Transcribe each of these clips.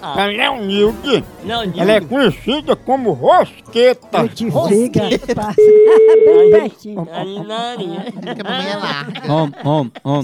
ó. ela é humilde. Não, Nil. Ela é conhecida como Rosqueta. Eu te digo, rapaz. Bem pertinho. Ai, Maria. Que a mamãe é larga. Om, om, om.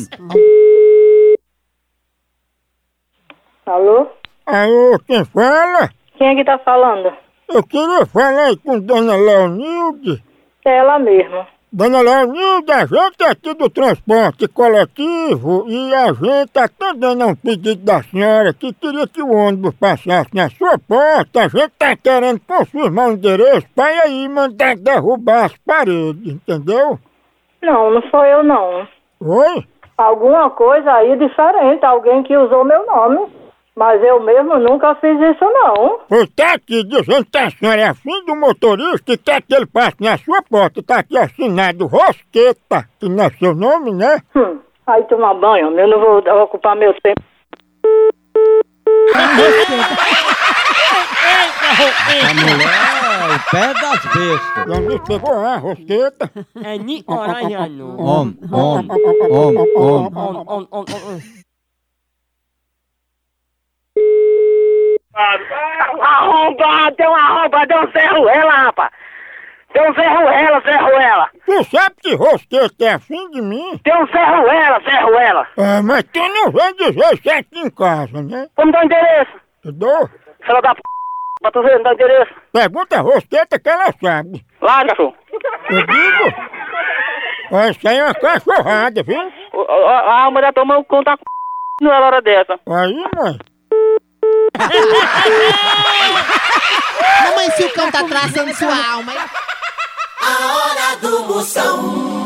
Alô? Aô, quem fala? Quem é que tá falando? Eu queria falar com Dona Leonilde. É ela mesma. Dona Leonilde, a gente é aqui do transporte coletivo e a gente está dando um pedido da senhora que queria que o ônibus passasse na sua porta. A gente está querendo confirmar o endereço para aí mandar derrubar as paredes, entendeu? Não, não sou eu não. Oi? Alguma coisa aí diferente, alguém que usou meu nome. Mas eu mesmo nunca fiz isso não. Pois tá aqui dizendo que a senhora é afim do motorista e quer que ele passe na sua porta. Tá aqui assinado Rosqueta, que não é seu nome, né? Hum, aí tomar banho, eu não vou ocupar meu tempo. A mulher é o pé das bestas. Já me pegou a né, Rosqueta. É Nicoraiano. Om, om, om, om. Om, om, om, om. Arrombado, É tem um arrombado, tem um ferroela, rapaz. Tem um ferroela, ferroela. Tu sabe que Rosqueta é afim de mim? Tem um ferroela, ferroela. É, mas tu não vai dizer isso aqui em casa, né? Como dá o um endereço? Eu dou. Fala da p... Pra tu ver, não dá o endereço. Pergunta a Rosqueta que ela sabe. Lá, cachorro. Eu digo. Ó, Isso aí é uma cachorrada, viu? Ó, ó, A mulher tomou conta c... não é hora dessa. Aí, mãe. Mamãe, se o cão tá traçando sua alma, hein? A hora do Moção.